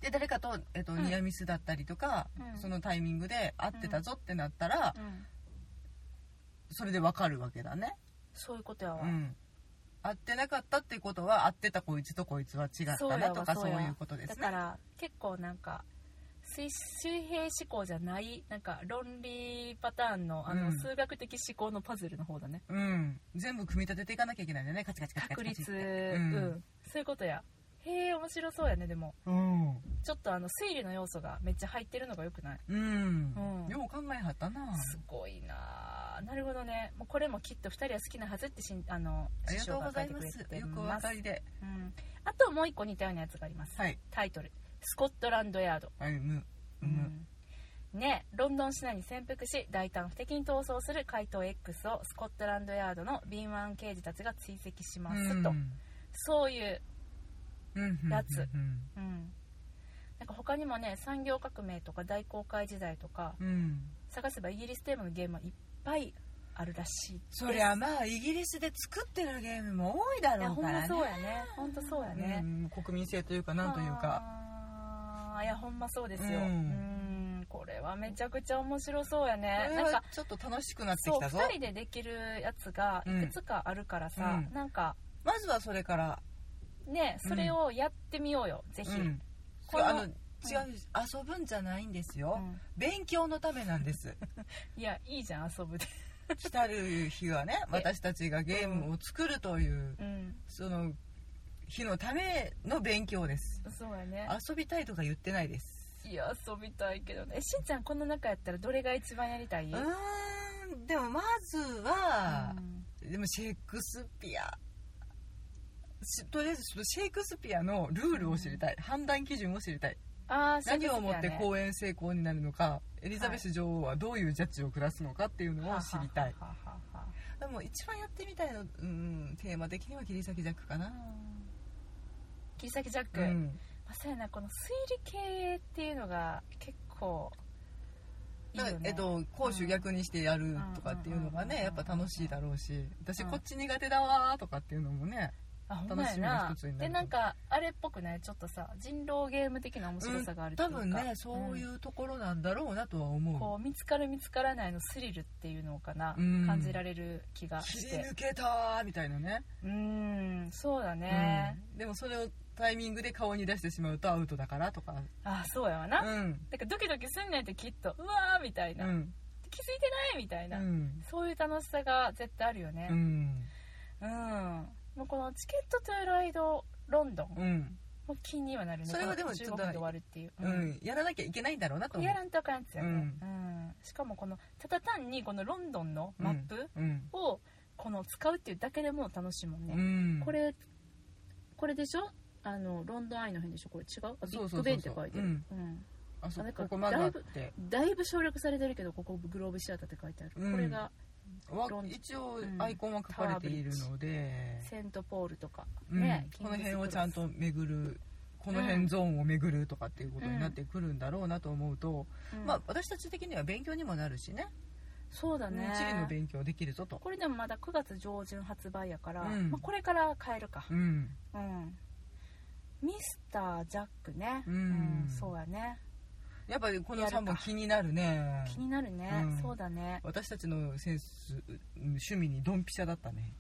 [SPEAKER 2] で誰かと、えっと
[SPEAKER 1] うん
[SPEAKER 2] ニアミスだったりとか、
[SPEAKER 1] うん
[SPEAKER 2] そのタイミングで会ってたぞってなったら、
[SPEAKER 1] うん
[SPEAKER 2] それでわかるわけだね、
[SPEAKER 1] そういうことやわ、
[SPEAKER 2] うん、会ってなかったってことは会ってたこいつとこいつは違っ
[SPEAKER 1] そう
[SPEAKER 2] た
[SPEAKER 1] や
[SPEAKER 2] な
[SPEAKER 1] わ
[SPEAKER 2] とか
[SPEAKER 1] そ
[SPEAKER 2] そうう
[SPEAKER 1] やわ
[SPEAKER 2] いうことです
[SPEAKER 1] だ
[SPEAKER 2] ね
[SPEAKER 1] から結構なんか水水平思考じゃないなんか論理パターンのあの
[SPEAKER 2] うん
[SPEAKER 1] 数学的思考のパズルの方だね、
[SPEAKER 2] うん、全部組み立てていかなきゃいけないんだよねカチカチカチカ
[SPEAKER 1] 確
[SPEAKER 2] チカチ
[SPEAKER 1] 率
[SPEAKER 2] って
[SPEAKER 1] う、
[SPEAKER 2] うんん
[SPEAKER 1] そういうことやへえ面白そうやねでも
[SPEAKER 2] うん、
[SPEAKER 1] ちょっとあの推理の要素がめっちゃ入ってるのがよくない
[SPEAKER 2] うん
[SPEAKER 1] うん
[SPEAKER 2] よう考えはったな
[SPEAKER 1] すごいなあなるほどねもうこれもきっと2人は好きなはずってしんあの
[SPEAKER 2] あり
[SPEAKER 1] 師
[SPEAKER 2] がと
[SPEAKER 1] 匠
[SPEAKER 2] うご
[SPEAKER 1] が書いて
[SPEAKER 2] ざいま
[SPEAKER 1] くれ
[SPEAKER 2] す
[SPEAKER 1] て
[SPEAKER 2] よくお
[SPEAKER 1] ま
[SPEAKER 2] 分
[SPEAKER 1] す
[SPEAKER 2] かりで
[SPEAKER 1] うん、あともう一個似たようなやつがあります、
[SPEAKER 2] はい
[SPEAKER 1] タイトル「スコットランドヤード」
[SPEAKER 2] はいむむ、
[SPEAKER 1] うんねロンドン市内に潜伏し大胆不敵に逃走する怪盗 X をスコットランドヤードの敏腕刑事たちが追跡しま
[SPEAKER 2] う
[SPEAKER 1] す
[SPEAKER 2] ん
[SPEAKER 1] とそういう、
[SPEAKER 2] うんうん
[SPEAKER 1] やつ
[SPEAKER 2] うん
[SPEAKER 1] うん、なんか他にもね産業革命とか大航海時代とか
[SPEAKER 2] うん
[SPEAKER 1] 探せばイギリステーマのゲームはいっぱいあるらしい
[SPEAKER 2] そりゃまあイギリスで作ってるゲームも多いだ
[SPEAKER 1] いや
[SPEAKER 2] ろう
[SPEAKER 1] ほん
[SPEAKER 2] から
[SPEAKER 1] ま
[SPEAKER 2] ね
[SPEAKER 1] そうやねほんとそうやね、
[SPEAKER 2] うん、国民性というかなんというか
[SPEAKER 1] あーいやほんまそうですよ、う
[SPEAKER 2] うん
[SPEAKER 1] ん、これはめちゃくちゃ面白そうや
[SPEAKER 2] こ
[SPEAKER 1] ね
[SPEAKER 2] れ
[SPEAKER 1] なんか
[SPEAKER 2] はちょっと楽しくなって
[SPEAKER 1] そう
[SPEAKER 2] きたぞ
[SPEAKER 1] 2人でできるやつがいくつかあるからさ、
[SPEAKER 2] うん
[SPEAKER 1] なんか
[SPEAKER 2] まずはそれから、
[SPEAKER 1] ねそれをやってみようよ、ぜ
[SPEAKER 2] う
[SPEAKER 1] ひ、
[SPEAKER 2] ん、
[SPEAKER 1] こ
[SPEAKER 2] こ
[SPEAKER 1] の
[SPEAKER 2] れあの違う、遊ぶんじゃないんですよ、
[SPEAKER 1] うん
[SPEAKER 2] 勉強のためなんです
[SPEAKER 1] いやいいじゃん遊ぶで、
[SPEAKER 2] 来たる日は <laughs> ね私たちがゲームを作るという
[SPEAKER 1] うん、
[SPEAKER 2] その日のための勉強です
[SPEAKER 1] そうやね
[SPEAKER 2] 遊びたいとか言ってないです
[SPEAKER 1] いや遊びたいけどねしんちゃんこの中やったらどれが一番やりたい、
[SPEAKER 2] うーんでもまずは
[SPEAKER 1] う、ん
[SPEAKER 2] でもシェイクスピアしとりあえずちょっとシェイクスピアのルールを知りたい、判断基準を知りたい
[SPEAKER 1] ああ
[SPEAKER 2] 何をもって公演成功になるのかエリザベス女王はどういうジャッジを下すのかっていうのを知りたい、でも一番やってみたいの、うん、テーマ的には切り裂きジャックかな、
[SPEAKER 1] 切り裂きジャック、
[SPEAKER 2] うん、
[SPEAKER 1] まさやなこの推理系っていうのが結構いい
[SPEAKER 2] だ
[SPEAKER 1] よ
[SPEAKER 2] から
[SPEAKER 1] ね
[SPEAKER 2] えっと攻守逆にしてやるとかっていうのが
[SPEAKER 1] うん
[SPEAKER 2] ねやっぱ楽しいだろうし私
[SPEAKER 1] うん
[SPEAKER 2] こっち苦手だわーとかっていうのもね
[SPEAKER 1] あほんまや
[SPEAKER 2] 楽しみの一つになる
[SPEAKER 1] でなんかあれっぽくねちょっとさ人狼ゲーム的な面白さがあるってい
[SPEAKER 2] 多
[SPEAKER 1] うか、
[SPEAKER 2] 分ねそういうところなんだろうなとは思う、
[SPEAKER 1] こう見つかる見つからないのスリルっていうのかな、
[SPEAKER 2] うん
[SPEAKER 1] 感じられる気が
[SPEAKER 2] 切
[SPEAKER 1] し
[SPEAKER 2] り
[SPEAKER 1] て
[SPEAKER 2] 抜けたーみたいなね、
[SPEAKER 1] うんそうだね、
[SPEAKER 2] うんでもそれをタイミングで顔に出してしまうとアウトだからとか
[SPEAKER 1] あそうやわな、
[SPEAKER 2] うん
[SPEAKER 1] だからドキドキすんねんってきっとうわーみたいうな、
[SPEAKER 2] ん
[SPEAKER 1] 気づいてないみたいうな、
[SPEAKER 2] ん
[SPEAKER 1] そういう楽しさが絶対あるよね
[SPEAKER 2] うん
[SPEAKER 1] うん、もうこのチケットトゥーライドロンドン
[SPEAKER 2] うん、
[SPEAKER 1] も気にはなるね
[SPEAKER 2] それはでも
[SPEAKER 1] この
[SPEAKER 2] ち
[SPEAKER 1] 15
[SPEAKER 2] ょっと
[SPEAKER 1] 分で終わるっていう、
[SPEAKER 2] うんやらなきゃいけないんだろうなと思う
[SPEAKER 1] やらんとあかんやつやね、うんしかもこのただ単にこのロンドンのマップ
[SPEAKER 2] うん、
[SPEAKER 1] をこの使うっていうだけでも楽しいもんね、
[SPEAKER 2] うん、
[SPEAKER 1] これこれでしょあのロンドンアイの辺でしょこれ違うあビ
[SPEAKER 2] そう
[SPEAKER 1] ッ
[SPEAKER 2] そうそうそう
[SPEAKER 1] グベンって書いてる
[SPEAKER 2] うん
[SPEAKER 1] うん
[SPEAKER 2] あそ
[SPEAKER 1] あな
[SPEAKER 2] こ
[SPEAKER 1] んか
[SPEAKER 2] ここまであって
[SPEAKER 1] だいぶ省略されてるけどここグローブシアターって書いてある、
[SPEAKER 2] うん
[SPEAKER 1] これが
[SPEAKER 2] わ
[SPEAKER 1] ロン
[SPEAKER 2] 一応
[SPEAKER 1] うん
[SPEAKER 2] アイコンは書かれているので、
[SPEAKER 1] セントポールとか、
[SPEAKER 2] うん
[SPEAKER 1] ね
[SPEAKER 2] この辺をちゃん
[SPEAKER 1] キン
[SPEAKER 2] と巡るこの辺ゾーンを巡るとかっていうことになってくるんだろうなと思うと、
[SPEAKER 1] グスクロス、うん
[SPEAKER 2] まあ私たち的には勉強にもなるしね
[SPEAKER 1] そうだね
[SPEAKER 2] 地理の勉強できるぞと、
[SPEAKER 1] これでもまだ9月上旬発売やから、
[SPEAKER 2] うん
[SPEAKER 1] まあ、これから買えるか
[SPEAKER 2] うん、
[SPEAKER 1] うんミスタージャックね
[SPEAKER 2] うん
[SPEAKER 1] そうやね
[SPEAKER 2] やっぱりこの
[SPEAKER 1] やるか
[SPEAKER 2] 3本気になるね
[SPEAKER 1] 気になるね、
[SPEAKER 2] うん
[SPEAKER 1] そうだね
[SPEAKER 2] 私たちのセンスうん趣味にドンピシャだったね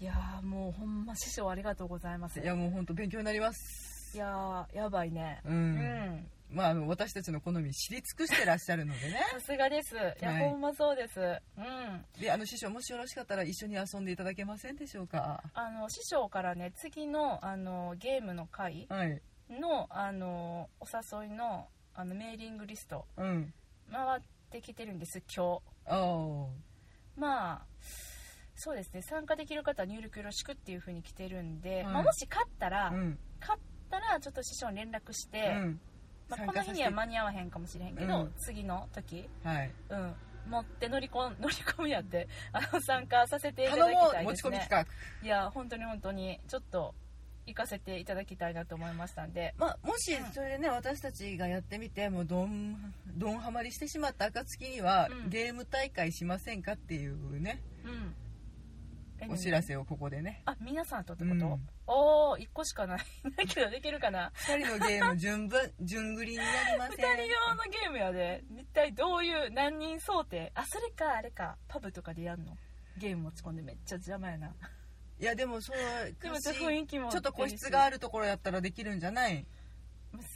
[SPEAKER 1] いやーもうほんま師匠ありがとうございます
[SPEAKER 2] いやもう本当勉強になります
[SPEAKER 1] いやーやばいね
[SPEAKER 2] うん、
[SPEAKER 1] うん
[SPEAKER 2] まああの私たちの好み知り尽くしてらっしゃるのでね <laughs>
[SPEAKER 1] さすがですいや、
[SPEAKER 2] はい
[SPEAKER 1] ほんまそうですうん
[SPEAKER 2] であの師匠もしよろしかったら一緒に遊んでいただけませんでしょうか
[SPEAKER 1] あの師匠からね次のあのゲームの回
[SPEAKER 2] はい
[SPEAKER 1] のあのお誘いのあのメーリングリスト
[SPEAKER 2] うん
[SPEAKER 1] 回ってきてるんです今日
[SPEAKER 2] ああ
[SPEAKER 1] まあそうですね参加できる方は入力よろしくっていう風に来てるんで、
[SPEAKER 2] うん
[SPEAKER 1] まあ、もし勝ったら、
[SPEAKER 2] うん
[SPEAKER 1] 勝ったらちょっと師匠に連絡して、
[SPEAKER 2] うん
[SPEAKER 1] まあ、
[SPEAKER 2] 参
[SPEAKER 1] この
[SPEAKER 2] 加
[SPEAKER 1] 日
[SPEAKER 2] させて
[SPEAKER 1] には間に合わへんかもしれへんけど、
[SPEAKER 2] うん
[SPEAKER 1] 次の時、
[SPEAKER 2] はい
[SPEAKER 1] うん、持って乗りこん乗 <laughs> り込みやってあの参加させていただ
[SPEAKER 2] 頼
[SPEAKER 1] き
[SPEAKER 2] も
[SPEAKER 1] た
[SPEAKER 2] う
[SPEAKER 1] い
[SPEAKER 2] 持
[SPEAKER 1] で
[SPEAKER 2] ち
[SPEAKER 1] す
[SPEAKER 2] 込み
[SPEAKER 1] ね
[SPEAKER 2] 企画
[SPEAKER 1] いや本当に本当にちょっと行かせていただきたいなと思いましたんで
[SPEAKER 2] まあ、もし
[SPEAKER 1] うん
[SPEAKER 2] それでね、私たちがやってみてもうどんどんハマりしてしまった暁には、
[SPEAKER 1] うん
[SPEAKER 2] ゲーム大会しませんかっていうね
[SPEAKER 1] うんえ
[SPEAKER 2] お知らせをここでね
[SPEAKER 1] あ皆さんとってこと、
[SPEAKER 2] うん
[SPEAKER 1] おお1個しかないないけどできるかな
[SPEAKER 2] 2人のゲーム順分 <laughs> 順繰りになりませ
[SPEAKER 1] 2
[SPEAKER 2] ん
[SPEAKER 1] 人用のゲームやで一体どういう何人想定あそれかあれかパブとかでやんのゲーム持ち込んでめっちゃ邪魔やない
[SPEAKER 2] やでもそう
[SPEAKER 1] でもちょっと雰囲気も
[SPEAKER 2] ちょっと個室があ
[SPEAKER 1] る
[SPEAKER 2] るところやったらできるんじゃない、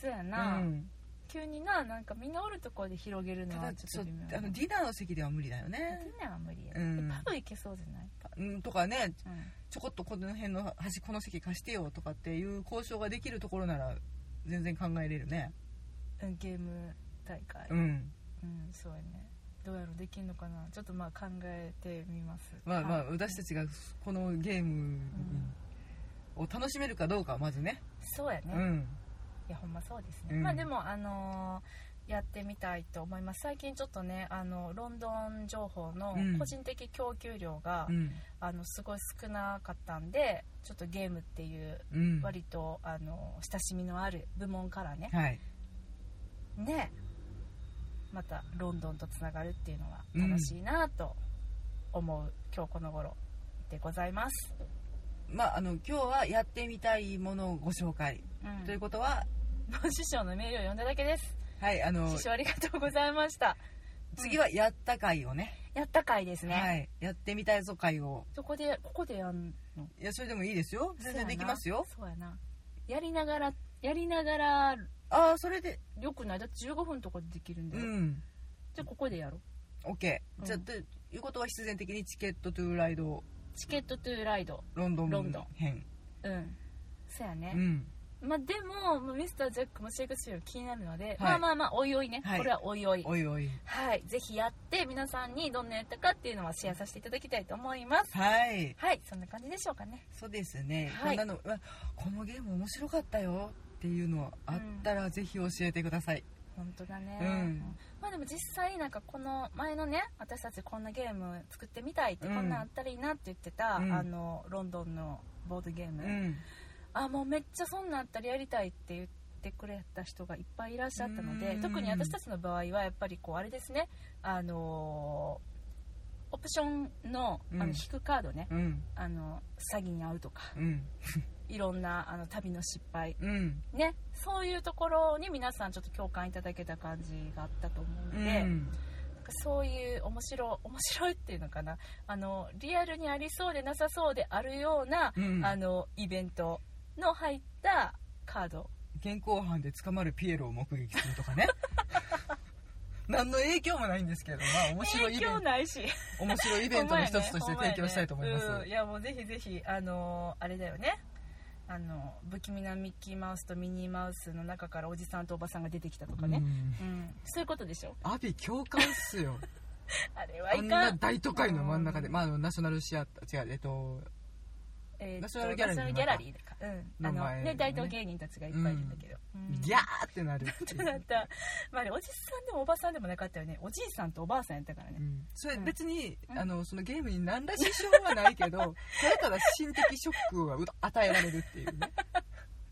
[SPEAKER 1] そうや
[SPEAKER 2] う
[SPEAKER 1] な、
[SPEAKER 2] ん、
[SPEAKER 1] 急にななんかみんなおるとこで広げる
[SPEAKER 2] た
[SPEAKER 1] の
[SPEAKER 2] だ
[SPEAKER 1] は
[SPEAKER 2] ち
[SPEAKER 1] ち
[SPEAKER 2] ょ
[SPEAKER 1] ょ
[SPEAKER 2] っ
[SPEAKER 1] っ
[SPEAKER 2] と
[SPEAKER 1] と微妙
[SPEAKER 2] あのディナーの席では無理だよね、
[SPEAKER 1] みんなは無理や、
[SPEAKER 2] うん
[SPEAKER 1] パブ行けそうじゃない、
[SPEAKER 2] うん、とかね
[SPEAKER 1] うん
[SPEAKER 2] ちょこっとこの辺の端この席貸してよとかっていう交渉ができるところなら全然考えれるね
[SPEAKER 1] うんゲーム大会う、
[SPEAKER 2] うんん
[SPEAKER 1] そうやねどうやろうできんのかなちょっとまあ考えてみます
[SPEAKER 2] まあま
[SPEAKER 1] は
[SPEAKER 2] あ
[SPEAKER 1] い
[SPEAKER 2] 私たちがこのゲームを楽しめるかどうかはまずね
[SPEAKER 1] そうやね、
[SPEAKER 2] う
[SPEAKER 1] い
[SPEAKER 2] ん
[SPEAKER 1] やほんまそうですね、
[SPEAKER 2] うん
[SPEAKER 1] まあでもあのーやってみたいと思います最近ちょっとねあのロンドン情報の
[SPEAKER 2] うん
[SPEAKER 1] 個人的供給量が、
[SPEAKER 2] うん
[SPEAKER 1] あのすごい少なかったんでちょっとゲームっていう
[SPEAKER 2] うんは
[SPEAKER 1] 割とあの親しみのある部門からね
[SPEAKER 2] い
[SPEAKER 1] ねまたロンドンとつながるっていうのは楽しいなと思う、今日この頃でございます、
[SPEAKER 2] まああの今日はやってみたいものをご紹介
[SPEAKER 1] うん、
[SPEAKER 2] ということは
[SPEAKER 1] もう <laughs> 師匠のメールを読んだだけです
[SPEAKER 2] はいあの
[SPEAKER 1] 師匠ありがとうございました
[SPEAKER 2] 次はやった回をね
[SPEAKER 1] やった回ですね、
[SPEAKER 2] はいやってみたいぞ回を
[SPEAKER 1] そこでここでやんの
[SPEAKER 2] いやそれでもいいですよ全然できますよ
[SPEAKER 1] そうやなやりながらやりながら
[SPEAKER 2] ああそれで
[SPEAKER 1] よくないだって15分とかでできるんだ
[SPEAKER 2] う
[SPEAKER 1] よ、
[SPEAKER 2] ん
[SPEAKER 1] じゃあここでやろう
[SPEAKER 2] OK
[SPEAKER 1] うん
[SPEAKER 2] じゃあということは必然的にチケットトゥーライド
[SPEAKER 1] チケットトゥーライド
[SPEAKER 2] ロンド
[SPEAKER 1] ロ
[SPEAKER 2] ン
[SPEAKER 1] ンドン
[SPEAKER 2] 編
[SPEAKER 1] うんそうやね、
[SPEAKER 2] うん
[SPEAKER 1] まあでもまあミスター・ジャックもシェイクスピアも気になるので、
[SPEAKER 2] い
[SPEAKER 1] まあまあまあおいおいね、
[SPEAKER 2] はい
[SPEAKER 1] これはおいおい
[SPEAKER 2] おいおい
[SPEAKER 1] はいぜひやって皆さんにどんなやったかっていうのはシェアさせていただきたいと思います
[SPEAKER 2] はい
[SPEAKER 1] はいそんな感じでしょうかね
[SPEAKER 2] そうですね、
[SPEAKER 1] はい
[SPEAKER 2] こんなのうわこのゲーム面白かったよっていうのあったらぜひ教えてください、
[SPEAKER 1] 本当だね、
[SPEAKER 2] うん
[SPEAKER 1] まあでも実際なんかこの前のね私たちこんなゲーム作ってみたいって、
[SPEAKER 2] うん
[SPEAKER 1] こんなんあったらいいなって言ってた、
[SPEAKER 2] うん
[SPEAKER 1] あのロンドンのボードゲー
[SPEAKER 2] う
[SPEAKER 1] ム、
[SPEAKER 2] ん、
[SPEAKER 1] あもうめっちゃそんなんあったらやりたいって言ってくれた人がいっぱいいらっしゃったの
[SPEAKER 2] う
[SPEAKER 1] で
[SPEAKER 2] ん
[SPEAKER 1] 特に私たちの場合はやっぱりこうあれですねあのーオプションのあの
[SPEAKER 2] うん
[SPEAKER 1] 引くカードね、
[SPEAKER 2] うん
[SPEAKER 1] あの詐欺に遭うとか
[SPEAKER 2] うん
[SPEAKER 1] いろんなあの旅の失敗
[SPEAKER 2] うん
[SPEAKER 1] ねそういうところに皆さんちょっと共感いただけた感じがあったと思う
[SPEAKER 2] う
[SPEAKER 1] ので、
[SPEAKER 2] ん
[SPEAKER 1] なんかそういう面白面白いっていうのかなあのリアルにありそうでなさそうであるような
[SPEAKER 2] うん
[SPEAKER 1] あのイベントの入ったカード
[SPEAKER 2] 現行犯で捕まるピエロを目撃するとか
[SPEAKER 1] <laughs>
[SPEAKER 2] ね何の影響もないんですけど、まあ、面白いイ
[SPEAKER 1] 影
[SPEAKER 2] ベン
[SPEAKER 1] 響ないし
[SPEAKER 2] ト面白いイベントの一つとして提供したいと思います、
[SPEAKER 1] ほんやねほんやねうんいやもうぜひぜひあのーあれだよねあの不気味なミッキーマウスとミニーマウスの中からおじさんとおばさんが出てきたとかね、
[SPEAKER 2] うん
[SPEAKER 1] うんそういうことでしょ
[SPEAKER 2] 阿炎共感っすよ
[SPEAKER 1] あれは
[SPEAKER 2] あ
[SPEAKER 1] い
[SPEAKER 2] ん
[SPEAKER 1] か、
[SPEAKER 2] なん大都会の真ん中で、
[SPEAKER 1] うん
[SPEAKER 2] まああの、ナショナルシアター違うえっと
[SPEAKER 1] えーと
[SPEAKER 2] ナショナルギャラリー
[SPEAKER 1] ナショ
[SPEAKER 2] の中
[SPEAKER 1] ナルギャラリーだからうんあ
[SPEAKER 2] 名
[SPEAKER 1] の
[SPEAKER 2] 前
[SPEAKER 1] ね
[SPEAKER 2] のね
[SPEAKER 1] 大東芸人たちがいっぱいいるんだけど、うん
[SPEAKER 2] ギャーってなるってい
[SPEAKER 1] 本当だっ
[SPEAKER 2] う、
[SPEAKER 1] <laughs> たまあねおじさんでもおばさんでもなかったよねおじいさんとおばあさんやったからね、
[SPEAKER 2] うんそれ
[SPEAKER 1] うん
[SPEAKER 2] 別に、
[SPEAKER 1] うん
[SPEAKER 2] あのそのゲームに何ら支障はない
[SPEAKER 1] <laughs>
[SPEAKER 2] けどただただ心的ショックを与えられるっ
[SPEAKER 1] <laughs>
[SPEAKER 2] ていうね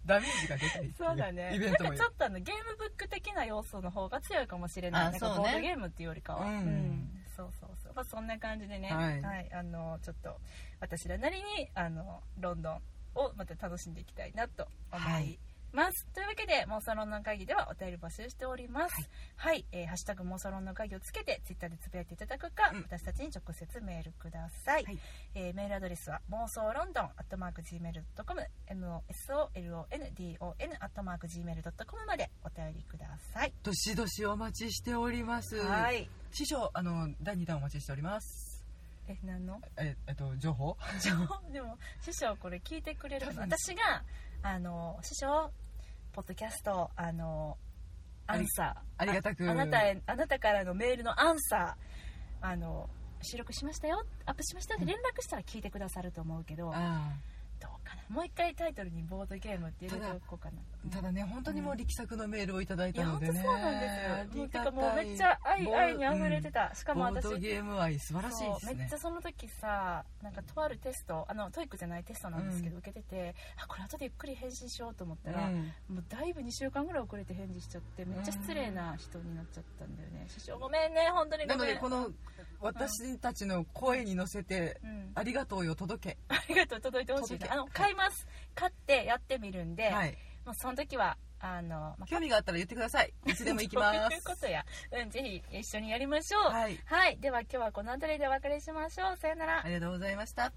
[SPEAKER 2] ダメージが出たりってい
[SPEAKER 1] そうだね
[SPEAKER 2] イベント
[SPEAKER 1] な
[SPEAKER 2] も
[SPEAKER 1] んかちょっとあのゲームブック的な要素の方が強いかもしれない
[SPEAKER 2] あ
[SPEAKER 1] なんか
[SPEAKER 2] そうね
[SPEAKER 1] ボードゲームっていうよりかは、
[SPEAKER 2] うん
[SPEAKER 1] そうそうそう、まあ、そんな感じでね
[SPEAKER 2] はい
[SPEAKER 1] あのちょっと私らなりにあのロンドンをまた楽しんでいきたいなと思います、というわけで妄想ロンドン会議ではお便り募集しておりますはい、えーハッシュタグ妄想ロンドン会議をつけてツイッターでつぶやいていただくか、
[SPEAKER 2] うん
[SPEAKER 1] 私たちに直接メールください、
[SPEAKER 2] はい
[SPEAKER 1] えーメールアドレスは妄想ロンドンアットマーク Gmail.com MOSOLONDON アットマーク Gmail.com までお便りください、
[SPEAKER 2] どしどしお待ちしております
[SPEAKER 1] はい
[SPEAKER 2] 師匠あの第2弾お待ちしております
[SPEAKER 1] え何の
[SPEAKER 2] ええっと情報 <laughs>
[SPEAKER 1] ちょでも師匠これ聞いてくれるかな
[SPEAKER 2] 多分
[SPEAKER 1] 私があの師匠ポッドキャストあのアンサー
[SPEAKER 2] ありありがたく
[SPEAKER 1] ああなたへあなたからのメールのアンサーあの収録しましたよアップしましたって連絡したら聞いてくださると思うけど
[SPEAKER 2] あ
[SPEAKER 1] どうかなもう一回タイトルにボードゲームって入れておこうかな
[SPEAKER 2] ただね本当にもう力作のメールをいただい
[SPEAKER 1] い
[SPEAKER 2] た
[SPEAKER 1] や
[SPEAKER 2] の
[SPEAKER 1] 本当
[SPEAKER 2] で
[SPEAKER 1] そう
[SPEAKER 2] ね
[SPEAKER 1] なんですよもうて
[SPEAKER 2] あ
[SPEAKER 1] か
[SPEAKER 2] りが
[SPEAKER 1] もう
[SPEAKER 2] たい
[SPEAKER 1] めっちゃ愛
[SPEAKER 2] ボー
[SPEAKER 1] 愛に溢れてた、しかも
[SPEAKER 2] ボ
[SPEAKER 1] 私
[SPEAKER 2] ードゲーム愛素晴らしいです
[SPEAKER 1] そうめっ
[SPEAKER 2] ね
[SPEAKER 1] ちゃその時さなんかとあるテストあのトイックじゃないテストなんですけど、
[SPEAKER 2] う
[SPEAKER 1] 受けててあこれ後でゆっくり返信しようと思った
[SPEAKER 2] う
[SPEAKER 1] ら、
[SPEAKER 2] ん
[SPEAKER 1] もうだいぶ2週間ぐらい遅れて返事しちゃってめっちゃ失礼な人になっちゃったんだよね師匠ごめんね本当に
[SPEAKER 2] な
[SPEAKER 1] ご
[SPEAKER 2] の
[SPEAKER 1] め
[SPEAKER 2] で
[SPEAKER 1] ん
[SPEAKER 2] この私たちの声に乗せて
[SPEAKER 1] うん
[SPEAKER 2] 「
[SPEAKER 1] あ
[SPEAKER 2] ありがとうよ届け
[SPEAKER 1] りがとう届いてほしい
[SPEAKER 2] 届け
[SPEAKER 1] あの買います買ってやってみるん」で、
[SPEAKER 2] はい
[SPEAKER 1] もうその時はあの、まあ
[SPEAKER 2] 興味があったら言ってくださいいつでも行きま
[SPEAKER 1] そう <laughs> いうこ
[SPEAKER 2] す
[SPEAKER 1] とや、うん、ぜひ一緒にやりましょう
[SPEAKER 2] はい
[SPEAKER 1] はい、では今日はこの辺りでお別れしましょうさよなら
[SPEAKER 2] ありがとうございました